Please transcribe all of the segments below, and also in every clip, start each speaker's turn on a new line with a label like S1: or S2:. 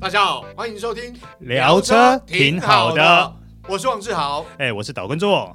S1: 大家好，欢迎收听
S2: 聊车挺好的，，
S1: 我是王志豪。
S2: 哎、我是岛根座。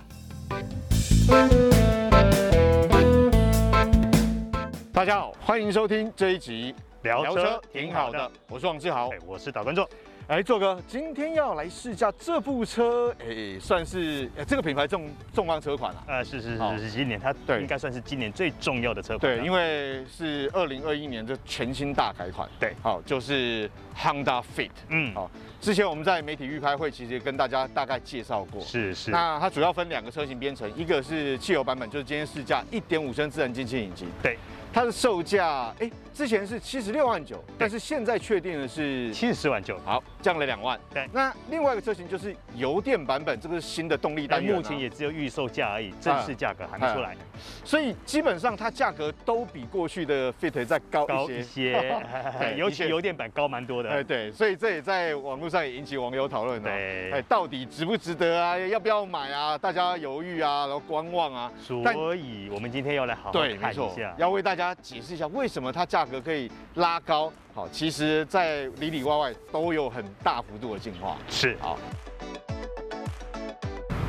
S1: 大家好，欢迎收听这一集
S2: 聊车
S1: 挺好的，我是王志豪
S2: 哎、。我是岛根座。
S1: 哎，做哥，今天要来试驾这部车，哎，算是哎这个品牌重重磅车款了、啊
S2: 呃，是是
S1: 好
S2: 是是，今年它
S1: 对
S2: 应该算是今年最重要的车款
S1: 对，
S2: 了。
S1: 因为是二零二一年这全新大改款。
S2: 对
S1: 好，就是 Honda Fit。
S2: 嗯，
S1: 好，之前我们在媒体预拍会其实也跟大家大概介绍过。
S2: 是是，
S1: 那它主要分两个车型编成，一个是汽油版本，就是今天试驾1.5升自然进气引擎，
S2: 对，
S1: 它的售价，哎，之前是七十六万九，但是现在确定的是
S2: 七十四万九。
S1: 好降了两万。
S2: 对
S1: 那另外一个车型就是油电版本，这个是新的动力
S2: 但
S1: 单元、啊，嗯
S2: 哎
S1: 哎
S2: 目前也只有预售价而已，正式价格还没出来，
S1: 所以基本上它价格都比过去的 Fit 再高
S2: 高
S1: 一
S2: 一
S1: 些。
S2: 些
S1: 对，
S2: 尤
S1: 的确
S2: 其油电版高蛮多
S1: 哎，
S2: 的。
S1: 对，所以这也在网络上也引起网友讨论啊。哎，
S2: 对，
S1: 到底值不值得啊？要不要买啊？大家犹豫啊，然后观望啊。但
S2: 所以我们今天要来好好
S1: 对，没
S2: 看一
S1: 错
S2: 下，。
S1: 要为大家解释一下为什么它价格可以拉高。好，其实，在里里外外都有很大幅度的进化。
S2: 是，
S1: 好，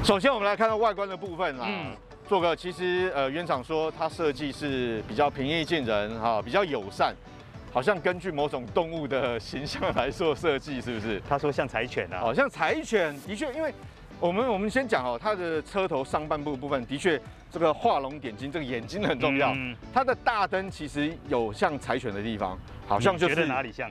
S1: 首先我们来看到外观的部分啦。
S2: 嗯
S1: 做个其实呃，原厂说它设计是比较平易近人哈、比较友善，好像根据某种动物的形象来做设计，是不是？
S2: 他说像柴犬啊，
S1: 好像柴犬的确，因为我们我们先讲哦，它的车头上半部部分的确这个画龙点睛，这个眼睛很重要。
S2: 嗯
S1: 它的大灯其实有像柴犬的地方，好像就
S2: 你觉
S1: 是
S2: 得哪里像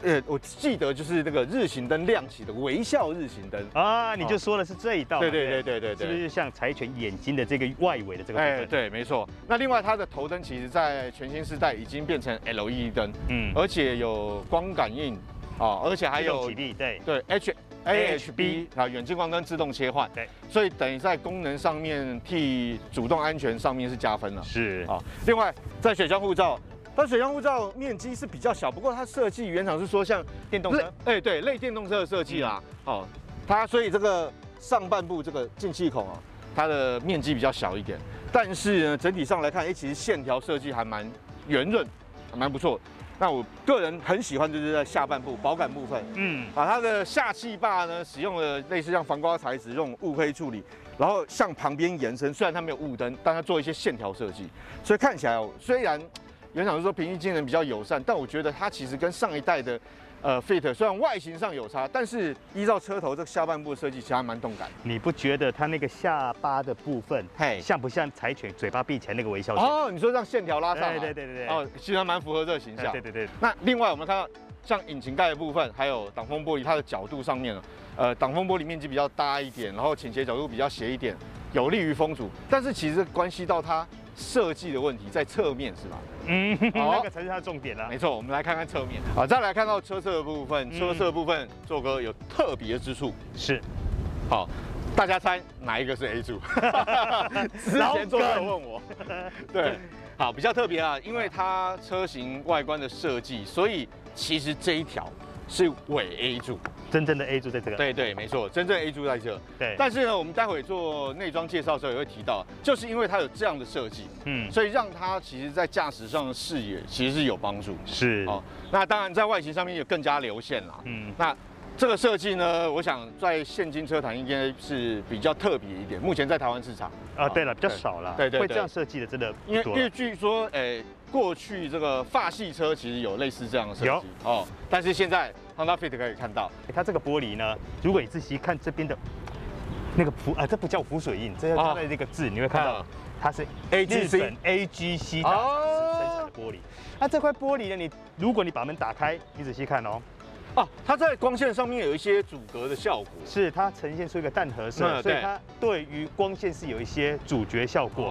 S1: 呃，我记得就是那个日行灯亮起的微笑日行灯。
S2: 啊？你就说的是这一道嘛，
S1: 对对对对对
S2: 是不
S1: 对。
S2: 是像柴犬眼睛的这个外围的这个部
S1: 哎，
S2: 分？
S1: 对，没错。那另外，它的头灯其实，在全新世代已经变成 LED 灯，
S2: 嗯，
S1: 而且有光感应，啊，而且哎还
S2: 还有
S1: 有
S2: 起立，对，
S1: 对 H AHB 啊，远近光灯自动切换，
S2: 对，
S1: 所以等于在功能上面替主动安全上面是加分了。
S2: 是
S1: 啊，另外在水箱护罩，它水箱护罩面积是比较小，不过它设计原厂是说像
S2: 电动
S1: 类
S2: 车，，嗯
S1: 哎、对，类电动车的设计啦，哦，它所以这个上半部这个进气孔啊，它的面积比较小一点，但是呢，整体上来看，哎、其实线条设计还蛮圆润，还蛮不错。那我个人很喜欢就是在下半部保感部分，
S2: 嗯，
S1: 把它的下气坝呢使用了类似像防刮材质这种雾黑处理，然后向旁边延伸。虽然它没有雾灯，但它做一些线条设计，所以看起来哦，虽然原厂是说平易近人比较友善，但我觉得它其实跟上一代的呃 Fit 虽然外形上有差，但是依照车头这个下半部的设计，其实还蛮动感的。
S2: 你不觉得它那个下巴的部分
S1: 嘿，
S2: 像不像柴犬嘴巴闭起来那个微笑犬？
S1: 哦，你说让线条拉上来，
S2: 对对对对对，
S1: 哦，其实还蛮符合这个形
S2: 哎
S1: 象
S2: 对。对对，
S1: 那另外我们看到，像引擎盖的部分，还有挡风玻璃，它的角度上面呢，呃，挡风玻璃面积比较大一点，然后倾斜角度比较斜一点，有利于风阻。但是其实关系到它设计的问题，在侧面是吧？
S2: 嗯，
S1: 好
S2: 那个才是它的重点啦。
S1: 没错，我们来看看侧面。好，再来看到车侧的部分，
S2: 嗯
S1: 车侧的部分，做哥有特别之处。
S2: 是，
S1: 好，大家猜哪一个是 A 柱？之
S2: 老
S1: 前做哥有
S2: 梗
S1: 问我，对，好，比较特别啊，因为它车型外观的设计，所以其实这一条是伪 A 柱。
S2: 真正的 A 柱在这个。
S1: 对对，没错，真正 A 柱在这。
S2: 对，
S1: 但是呢，我们待会做内装介绍的时候也会提到，就是因为它有这样的设计，
S2: 嗯，
S1: 所以让它其实在驾驶上的视野其实是有帮助。
S2: 是，
S1: 哦，那当然在外形上面也更加流线啦。
S2: 嗯，
S1: 那这个设计呢，我想在现今车坛应该是比较特别一点，目前在台湾市场。
S2: 啊，对了，比较
S1: 对
S2: 少了，
S1: 对对对
S2: 会这样设计的真的
S1: 因
S2: 不
S1: 为
S2: 多
S1: 因为
S2: 了。
S1: 据说，诶、过去这个法系车其实有类似这样的设
S2: 有
S1: 计哦，但是现在 Honda Fit 可以看到，
S2: 哎它这个玻璃呢，如果你仔细看这边的那个浮啊，这不叫浮水印，这是它的那个字，你会看到
S1: 啊
S2: 它是
S1: AGC
S2: 日本 AGC 大厂
S1: 啊
S2: 生产的玻璃。那这块玻璃呢，你如果你把门打开，你仔细看哦，
S1: 哦，它在光线上面有一些阻隔的效果。
S2: 是它呈现出一个淡褐色，
S1: 嗯
S2: 所以
S1: 对
S2: 它对于光线是有一些主角效果，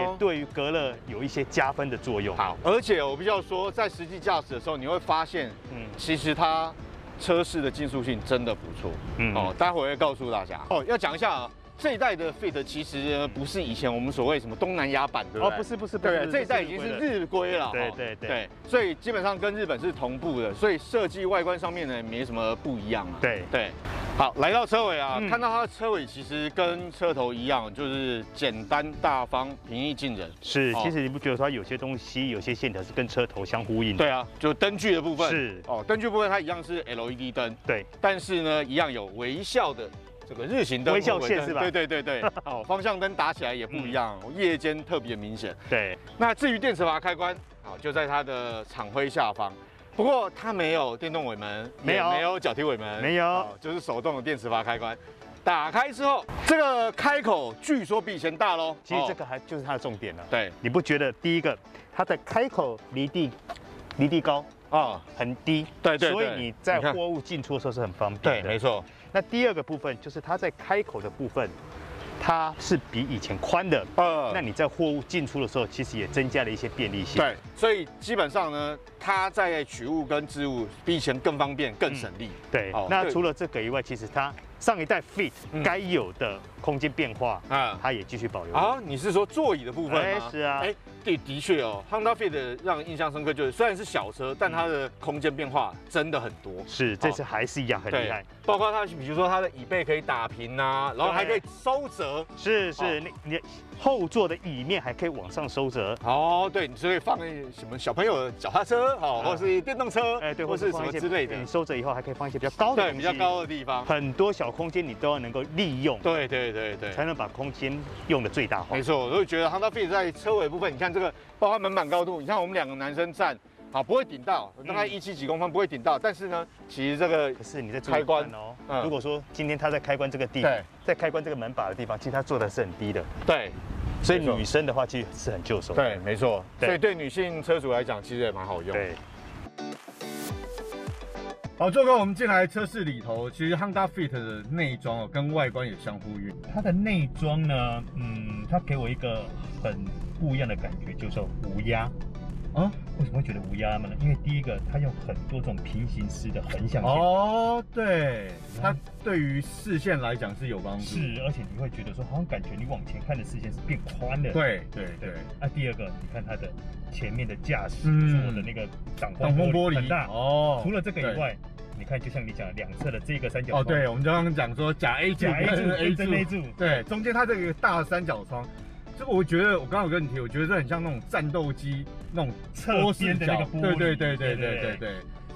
S2: 也
S1: 哦，
S2: 对于隔热有一些加分的作用。
S1: 好，而且我必须要说，在实际驾驶的时候，你会发现，
S2: 嗯
S1: 其实它车室的竞速性真的不错。
S2: 嗯
S1: 哦，待会会告诉大家。哦，要讲一下啊，这一代的 Fit 其实呃不是以前我们所谓什么东南亚版，对不
S2: 哦
S1: 对？，
S2: 不是不是不
S1: 对
S2: 是，，
S1: 这一代已经是日规了，
S2: 对
S1: 哦
S2: 对对
S1: 对，所以基本上跟日本是同步的，所以设计外观上面呢也没什么不一样啊。
S2: 对
S1: 对，好，来到车尾啊，
S2: 嗯
S1: 看到它的车尾其实跟车头一样，就是简单大方、平易近人。
S2: 是
S1: 哦，
S2: 其实你不觉得说它有些东西有些线条是跟车头相呼应的？
S1: 对啊，就灯具的部分
S2: 嗯是
S1: 哦，灯具部分它一样是 LED 灯，
S2: 对
S1: 但是呢一样有微笑的。这个日行灯、
S2: 微笑
S1: 或者灯
S2: 线是吧嗯
S1: 对对对 对，哦，方向灯打起来也不一样，夜间特别明显。
S2: 对
S1: 那至于电磁阀开关，好就在它的厂徽下方。不过它没有电动尾门，
S2: 没有
S1: 也没有脚踢尾门，
S2: 没有
S1: 好就是手动的电磁阀开关。打开之后，这个开口据说比以前大喽。
S2: 其实
S1: 哦
S2: 这个还就是它的重点了。啊
S1: 对
S2: 你不觉得第一个它的开口离地离地高
S1: 哦，
S2: 很低？
S1: 对对对
S2: 所以你在
S1: 你看
S2: 货物进出的时候是很方
S1: 对，
S2: 便的。
S1: 没。错，
S2: 那第二个部分就是它在开口的部分，它是比以前宽的。
S1: 呃
S2: 那你在货物进出的时候，其实也增加了一些便利性。
S1: 对，所以基本上呢，它在取物跟置物比以前更方便、更省力。
S2: 对
S1: 哦
S2: 那
S1: 对
S2: 除了这个以外，其实它上一代 Fit
S1: 嗯
S2: 该有的空间变化，
S1: 啊
S2: 它也继续保留。
S1: 啊，你是说座椅的部分吗？
S2: 哎是啊
S1: 哎，对，的确哦，Honda Fit 让人印象深刻就是，虽然是小车，但它的空间变化真的很多。
S2: 是，这次还是一样很厉害。
S1: 包括它，比如说它的椅背可以打平啊，然后还可以收折。
S2: 是
S1: 哦
S2: 是，你你后座的椅面还可以往上收折，
S1: 哦，对，你是可以放什么小朋友的脚踏车，哦，
S2: 啊
S1: 或是电动车，
S2: 哎对，
S1: 或是什
S2: 放一
S1: 么
S2: 些
S1: 之类的，
S2: 你收折以后还可以放一些比较高的
S1: 对，
S2: 东
S1: 比
S2: 西
S1: 较，高的地方。
S2: 很多小空间你都要能够利用，
S1: 对对对
S2: 才
S1: 对，
S2: 能把空间用的最大化
S1: 没。错，我就觉得 Honda Fit 在车尾部分，你看这个，包括门板高度，你看我们两个男生站，好，不会顶到，大概
S2: 嗯
S1: 一七几公分不会顶到，但是呢，其实这个
S2: 可是你在
S1: 开关
S2: 哦
S1: 嗯，
S2: 如果说今天他在开关这个地
S1: 对，
S2: 在开关这个门把的地方，其实他做的是很低的，
S1: 对
S2: 所以
S1: 没错
S2: 女生的话其实是很就手的。
S1: 对，没错，
S2: 对
S1: 所以对女性车主来讲，其实也蛮好用。
S2: 对，
S1: 好，这个我们进来车室里头，其实 Honda Fit 的内装哦，跟外观也相呼应。
S2: 它的内装呢，嗯，它给我一个很不一样的感觉，就是无压。
S1: 啊，
S2: 为什么会觉得无压呢？因为第一个，它用很多种平行式的横向线，
S1: 哦，对，它对于视线来讲是有帮助。
S2: 是，而且你会觉得说，好像感觉你往前看的视线是变宽的。。
S1: 对对对
S2: 对，，啊，第二个，你看它的前面的驾驶
S1: 嗯
S2: 座的那个挡
S1: 挡风玻璃
S2: 很大。
S1: 哦
S2: 除了这个以，外，你看，就像你讲的两侧的这个三
S1: 对
S2: 角
S1: 哦，
S2: 窗，
S1: 对，我们刚刚讲说假 A 柱
S2: 假 A
S1: 跟
S2: 柱
S1: A
S2: 跟真 A
S1: 柱，
S2: 柱，
S1: 对，中间它这个大三角窗，这个我觉得我刚刚有跟你提，我觉得这很像那种战斗机那种
S2: 侧边的那个玻璃，
S1: 对对对对对对对，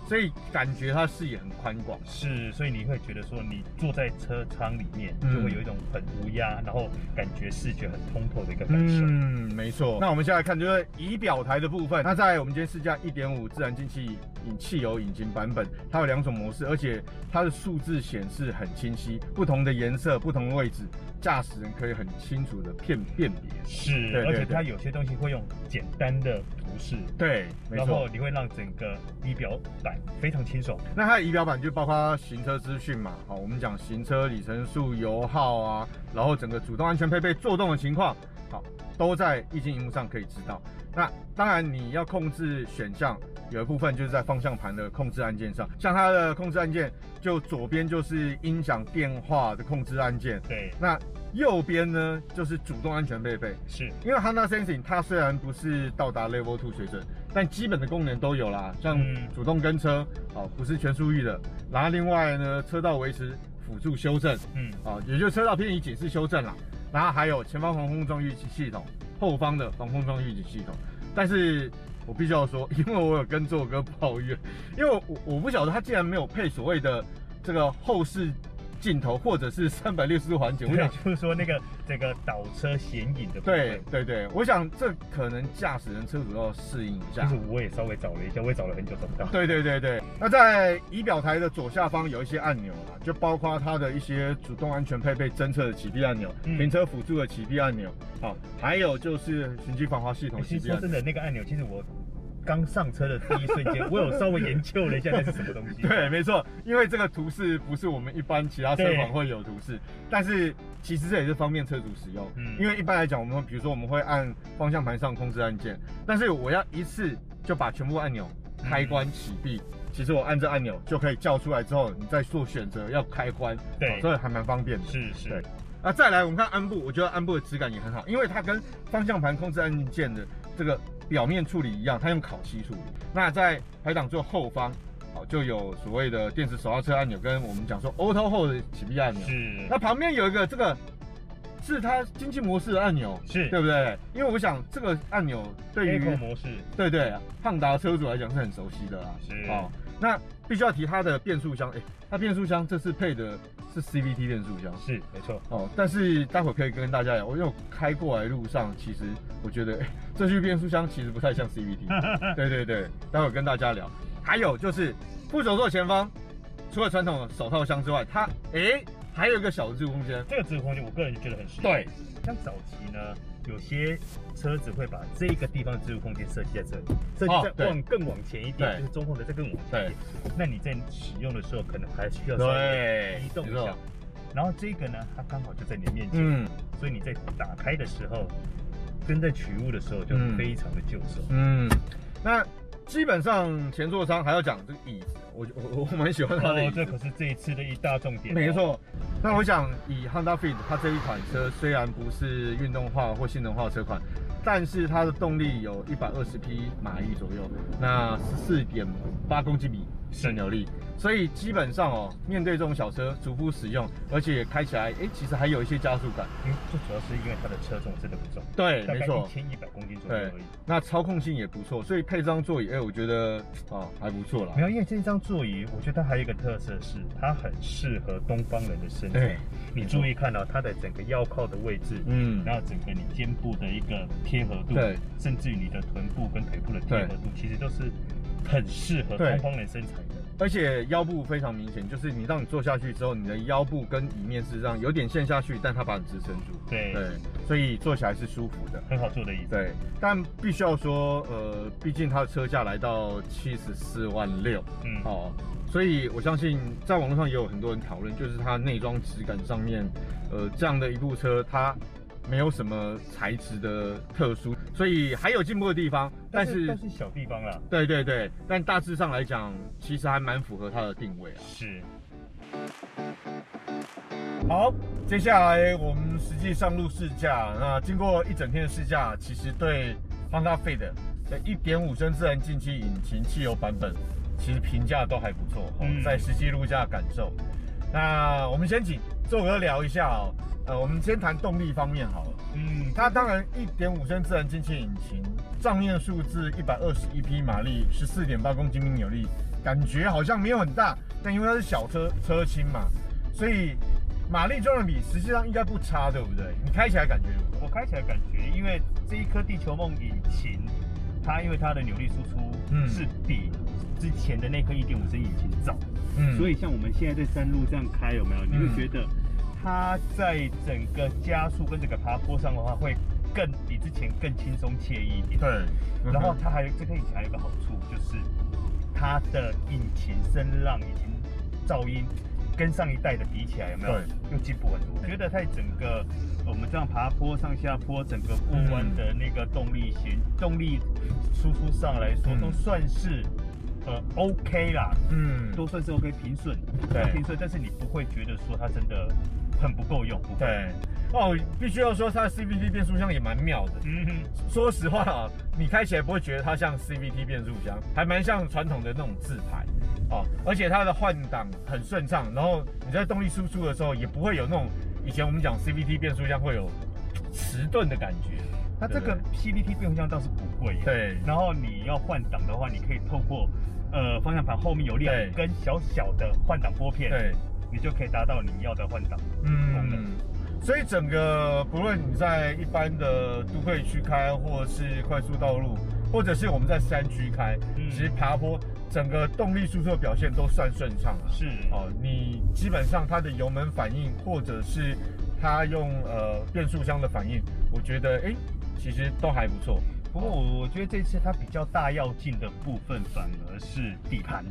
S1: 所以感觉它视野很宽广。
S2: 是，所以你会觉得说，你坐在车舱里面，
S1: 嗯
S2: 就会有一种很无压，然后感觉视觉很通透的一个感受。
S1: 嗯，没错。那我们现在看就是仪表台的部分，那在我们今天试驾1.5自然进气引汽油引擎版本，它有两种模式，而且它的数字显示很清晰，不同的颜色、不同的位置，驾驶人可以很清楚的辨辨别。
S2: 是，
S1: 对对
S2: 而且它有些东西会用简单的图示，
S1: 对，没
S2: 然后
S1: 错。
S2: 你会让整个仪表板非常清爽。
S1: 那它的仪表板就包括行车资讯嘛，好，我们讲行车里程数、油耗啊，然后整个主动安全配备、做动的情况，好，都在液晶荧幕上可以知道。那当然你要控制选项，有一部分就是在方向盘的控制按键上，像它的控制按键，就左边就是音响电话的控制按键，
S2: 对，
S1: 那右边呢就是主动安全配备。
S2: 是，
S1: 因为 Honda Sensing 它虽然不是到达 Level Two 水准，但基本的功能都有啦，像
S2: 嗯
S1: 主动跟车，哦，不是全速域的，然后另外呢，车道维持辅助修正，
S2: 嗯，
S1: 哦，也就是车道偏移警示修正啦，然后还有前方防空撞预警系统，后方的防空撞预警系统，但是。我必须要说，因为我有跟做哥抱怨，因为我我不晓得他竟然没有配所谓的这个后视镜头或者是三百六十度环景，我
S2: 对
S1: 想，
S2: 就是说那个整个倒车显影的部
S1: 对
S2: 分。
S1: 对对，我想这可能驾驶人车主要适应一
S2: 其
S1: 下
S2: 实。我也稍微找了一下，我也找了很久找不到。
S1: 啊对对对对，那在仪表台的左下方有一些按钮啦，就包括它的一些主动安全配备侦测的启闭按钮、
S2: 嗯
S1: 停车辅助的启闭按钮，好、还有就是循迹防滑系统启
S2: 其实
S1: 闭
S2: 说
S1: 按钮
S2: 真。的，那个按钮，其实我刚上车的第一瞬间，我有稍微研究了一下那是什么东 西。
S1: 对，没错，因为这个图示不是我们一般其他车款会有图示，但是其实这也是方便车主使用。
S2: 嗯
S1: 因为一般来讲，我们会比如说我们会按方向盘上控制按键，但是我要一次就把全部按钮开关启闭。
S2: 嗯
S1: 其实我按这按钮就可以叫出来之后，你再做选择要开关，
S2: 对
S1: 哦所以还蛮方便的。
S2: 是是
S1: 对。啊，再来我们看鞍部，我觉得鞍部的质感也很好，因为它跟方向盘控制按键的这个表面处理一样，它用烤漆处理。那在排挡座后方，好就有所谓的电子手刹车按钮，跟我们讲说 Auto Hold 的启闭按钮。
S2: 是
S1: 那旁边有一个这个是它经济模式的按钮，
S2: 是
S1: 对不对？因为我想这个按钮对于
S2: Eco 模式
S1: 对对，汉达车主来讲是很熟悉的啦。
S2: 是
S1: 哦，那必须要提它的变速箱，哎，它变速箱这次配的是 CVT 变速箱。
S2: 是没错，
S1: 哦，但是待会可以跟大家聊，我因为我开过来路上，其实我觉得、哎这具变速箱其实不太像 CVT。对对对，待会跟大家聊。还有就是副手座前方，除了传统的手套箱之外，它哎、还有一个小置物空间。
S2: 这个指挥空间我个人觉得很实用。，
S1: 对，
S2: 像早期呢，有些车子会把这个地方置入空间设计在这里，设
S1: 哦
S2: 计再
S1: 对
S2: 往更往前一点，
S1: 对
S2: 就是中控的再更往前一点。那你在使用的时候，可能还需要稍微
S1: 对，
S2: 移动一
S1: 没错
S2: 下。然后这个呢，它刚好就在你的面前，
S1: 嗯
S2: 所以你在打开的时候，跟在取物的时候就
S1: 嗯
S2: 非常的就 手。
S1: 嗯，那基本上前座舱还要讲这个椅子，我我我我蛮喜欢它的椅
S2: 哦，
S1: 子。
S2: 这可是这一次的一大重点、哦
S1: 没，错，那我想以 Honda Fit 它这一款车虽然不是运动化或性能化车款，但是它的动力有一百二十匹马力左右，那十四点八公斤米升扭力，所以基本上哦，面对这种小车，逐步使用，而且开起来，哎，其实还有一些加速感。
S2: 因为最主要是因为它的车重真的不重，
S1: 对，
S2: 大
S1: 没
S2: 概
S1: 错
S2: 一。千一百公斤左右
S1: 对
S2: 而已。
S1: 那操控性也不错，所以配这张座椅，哎，我觉得哦还不错啦
S2: 没。有，因为这张座椅，我觉得它还有一个特色是，它很适合东方人的身
S1: 对
S2: 材。你注意看到、它的整个腰靠的位置，
S1: 嗯，
S2: 然后整个你肩部的一个贴合度，
S1: 对，
S2: 甚至于你的臀部跟腿部的贴合度，其实都是很适合
S1: 对
S2: 东方人身材的。
S1: 而且腰部非常明显，就是你当你坐下去之后，你的腰部跟椅面是这样有点陷下去，但它把你支撑住。
S2: 对，
S1: 对，所以坐起来是舒服的。
S2: 很好坐的椅子。
S1: 对，但必须要说，呃，毕竟它的车价来到七十四万六，
S2: 嗯，
S1: 哦，所以我相信在网络上也有很多人讨论，就是它内装质感上面，呃，这样的一部车它没有什么材质的特殊，所以还有进步的地方，但是
S2: 但是小地方啦，
S1: 对对对，但大致上来讲，其实还蛮符合它的定位啊。
S2: 是
S1: 好，接下来我们实际上路试驾。那经过一整天的试驾，其实对 Honda Fit 的1.5升自然进气引擎汽油版本，其实评价都还不错、哦
S2: 嗯
S1: 在实际路驾感受。那我们先请周哥聊一下哦。呃，我们先谈动力方面好了。
S2: 嗯，
S1: 它当然1.5升自然进气引擎，账面数字121匹马力，14.8公斤米扭力，感觉好像没有很大，但因为它是小车车轻嘛，所以马力装的比实际上应该不差，对不对？你开起来感觉如何？
S2: 我开起来感觉，因为这一颗地球梦引擎，它因为它的扭力输
S1: 嗯
S2: 出是比之前的那颗一点五升引擎早，
S1: 嗯
S2: 所以像我们现在在山路这样开，有没有？你
S1: 嗯
S2: 会觉得它在整个加速跟整个爬坡上的话，会更比之前更轻松惬意一点。
S1: 对，嗯
S2: 然后它还有这颗引擎还有一个好处就是，它的引擎声浪、引擎噪音跟上一代的比起来，有没有
S1: 对
S2: 又进步很多？我觉得它整个呃我们这样爬坡、上下坡，整个过弯的那个动力型、动力输出上来说，
S1: 嗯
S2: 都算是呃 OK 啦，
S1: 嗯
S2: 都算是 OK 平顺，
S1: 对
S2: 平顺，但是你不会觉得说它真的很不够用，不会。
S1: 对哦，必须要说它的 CVT 变速箱也蛮妙的。
S2: 嗯哼，
S1: 说实话啊，你开起来不会觉得它像 CVT 变速箱，还蛮像传统的那种自排哦，而且它的换挡很顺畅，然后你在动力输出的时候也不会有那种以前我们讲 CVT 变速箱会有迟钝的感觉。
S2: 它这个 CVT 变速箱倒是不贵耶。
S1: 对
S2: 然后你要换挡的话，你可以透过呃方向盘后面有两
S1: 对
S2: 根小小的换挡拨片，
S1: 对，
S2: 你就可以达到你要的换挡。功
S1: 嗯
S2: 能。
S1: 所以整个不论你在一般的都会区开，或者是快速道路，或者是我们在山区开，
S2: 嗯
S1: 其实爬坡整个动力输出的表现都算顺畅了、
S2: 是
S1: 哦，你基本上它的油门反应，或者是它用呃变速箱的反应，我觉得哎，其实都还不错。
S2: 不过我我觉得这次它比较大要进的部分反而是底盘，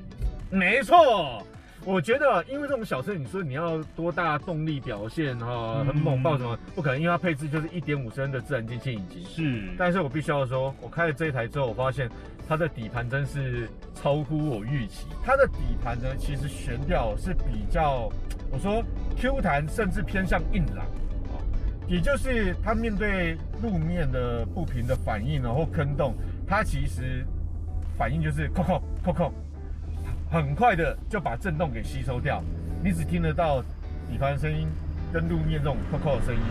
S1: 没错，我觉得因为这种小车，你说你要多大动力表现哈、
S2: 嗯
S1: 很猛爆什么，不可能，因为它配置就是一点五升的自然进气引擎。
S2: 是
S1: 但是我必须要说，我开了这一台之后，我发现它的底盘真是超乎我预期。它的底盘呢，其实悬吊是比较，我说 Q 弹，甚至偏向硬朗。哦也就是它面对路面的不平的反应，然后坑洞，它其实反应就是扣扣扣扣，很快的就把震动给吸收掉，你只听得到底盘声音跟路面这种扣扣的声音，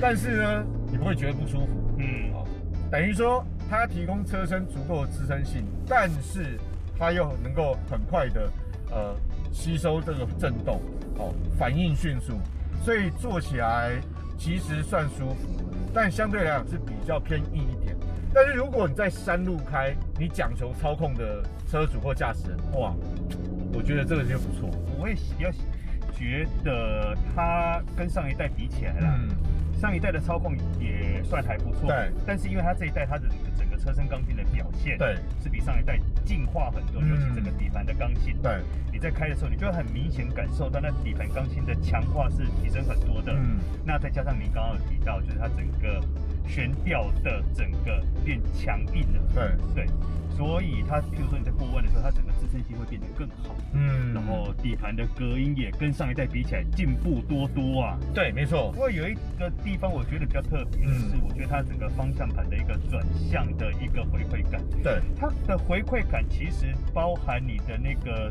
S1: 但是呢，你不会觉得不舒服。
S2: 嗯，
S1: 哦等于说它提供车身足够的支撑性，但是它又能够很快的呃吸收这个震动，哦，反应迅速，所以坐起来其实算舒服，但相对来讲是比较偏硬一点。但是如果你在山路开，你讲求操控的车主或驾驶人，哇，我觉得这个就不错。
S2: 我也比较觉得它跟上一代比起来啦，
S1: 嗯，
S2: 上一代的操控也算还不错，
S1: 对
S2: 但是因为它这一代它的整个车身钢筋的表现，
S1: 对
S2: 是比上一代进化很多，
S1: 嗯
S2: 尤其整个底盘的钢筋，
S1: 对，
S2: 你在开的时候，你就会很明显感受到那底盘钢筋的强化是提升很多的。
S1: 嗯，
S2: 那再加上您刚刚有提到，就是它整个悬吊的整个变强硬了，
S1: 对，
S2: 对，所以它譬如说你在过弯的时候，它整个支撑性会变得更好，
S1: 嗯，
S2: 然后底盘的隔音也跟上一代比起来进步多多啊。
S1: 对，没错
S2: 不，过有一个地方我觉得比较特别的是，
S1: 嗯
S2: 我觉得它整个方向盘的一个转向的一个回馈感，
S1: 嗯对，
S2: 它的回馈感其实包含你的那个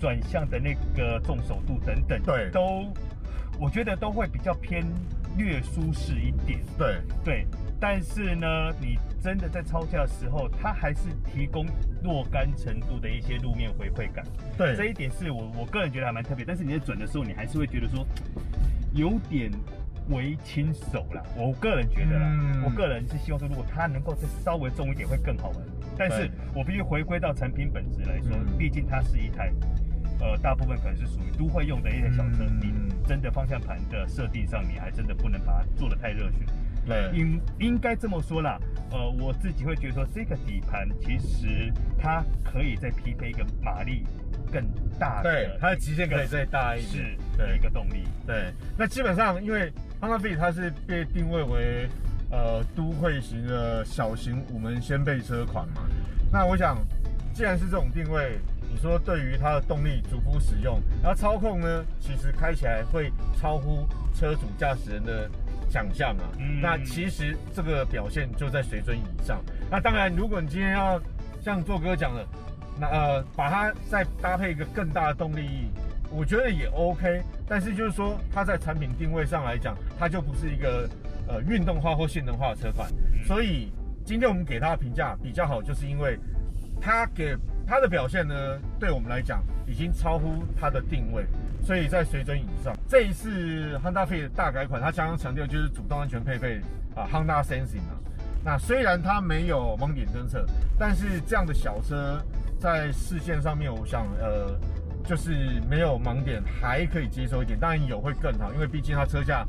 S2: 转向的那个重手度等等，
S1: 对
S2: 都我觉得都会比较偏略舒适一点，
S1: 对，
S2: 对。但是呢，你真的在超价的时候，它还是提供若干程度的一些路面回馈感，
S1: 对，
S2: 这一点是我我个人觉得还蛮特别。但是你在转的时候，你还是会觉得说有点为轻手啦。我个人觉得啦，
S1: 嗯
S2: 我个人是希望说，如果它能够再稍微重一点，会更好玩。但是
S1: 对
S2: 我必须回归到产品本质来说，
S1: 嗯
S2: 毕竟它是一台。呃，大部分可能是属于都会用的一台小车，
S1: 嗯
S2: 你真的方向盘的设定上，你还真的不能把它做的太热血。
S1: 对，
S2: 应应该这么说啦，呃，我自己会觉得说，这个底盘其实它可以再匹配一个马力更大的一
S1: 对
S2: 个，，
S1: 它的极限可以再大一点。
S2: 是
S1: 对
S2: 一个动力，
S1: 对，那基本上因为 Humvee 它是被定位为呃都会型的小型五门掀背车款嘛，那我想既然是这种定位，你说对于它的动力主夫使用，然后操控呢，其实开起来会超乎车主驾驶人的。想象啊，
S2: 嗯
S1: 那其实这个表现就在水准以上。那当然，如果你今天要像做哥讲的，那呃，把它再搭配一个更大的动力，我觉得也 OK。但是就是说，它在产品定位上来讲，它就不是一个呃运动化或性能化的车款。所以今天我们给它的评价比较好，就是因为它给它的表现呢，对我们来讲已经超乎它的定位，所以在水准以上。这一次 Honda Fit 大改款，它强强强调就是主动安全配备啊，Honda Sensing 啊。那虽然它没有盲点侦测，但是这样的小车在视线上面，我想呃，就是没有盲点还可以接受一点，当然有会更好，因为毕竟它车价，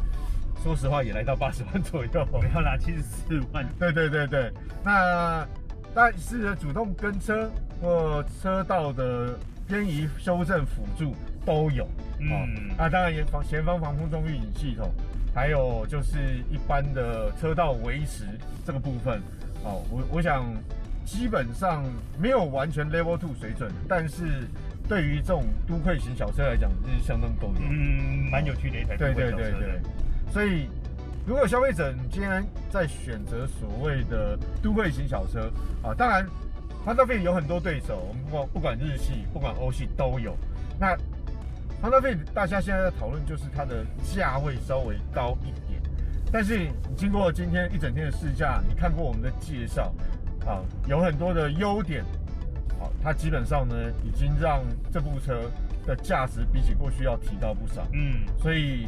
S1: 说实话也来到八十万左右。
S2: 没有啦，七十四万，
S1: 对对对对，那但是主动跟车或车道的偏移修正辅助都有，
S2: 嗯
S1: 哦，啊，当然也防前方防空中预警系统，还有就是一般的车道维持这个部分，哦，我我想基本上没有完全 Level Two 水准，但是对于这种都会型小车来讲是相当够用。
S2: 嗯，蛮有趣的一台
S1: 对
S2: 都会
S1: 对
S2: 小
S1: 对
S2: 车
S1: 对
S2: 的，，
S1: 所以如果消费者你今天在选择所谓的都会型小车啊，当然 Honda Fit 有很多对手，我们不管不管日系不管欧系都有。那 Honda Fit 大家现在在讨论就是它的价位稍微高一点，但是你经过今天一整天的试驾，你看过我们的介绍啊，有很多的优点。好，它基本上呢，已经让这部车的价值比起过去要提高不少。
S2: 嗯，
S1: 所以，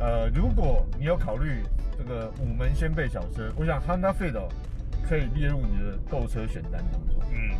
S1: 呃，如果你有考虑这个五门掀背小车，我想 Honda Fit 哦可以列入你的购车选单当中。
S2: 嗯，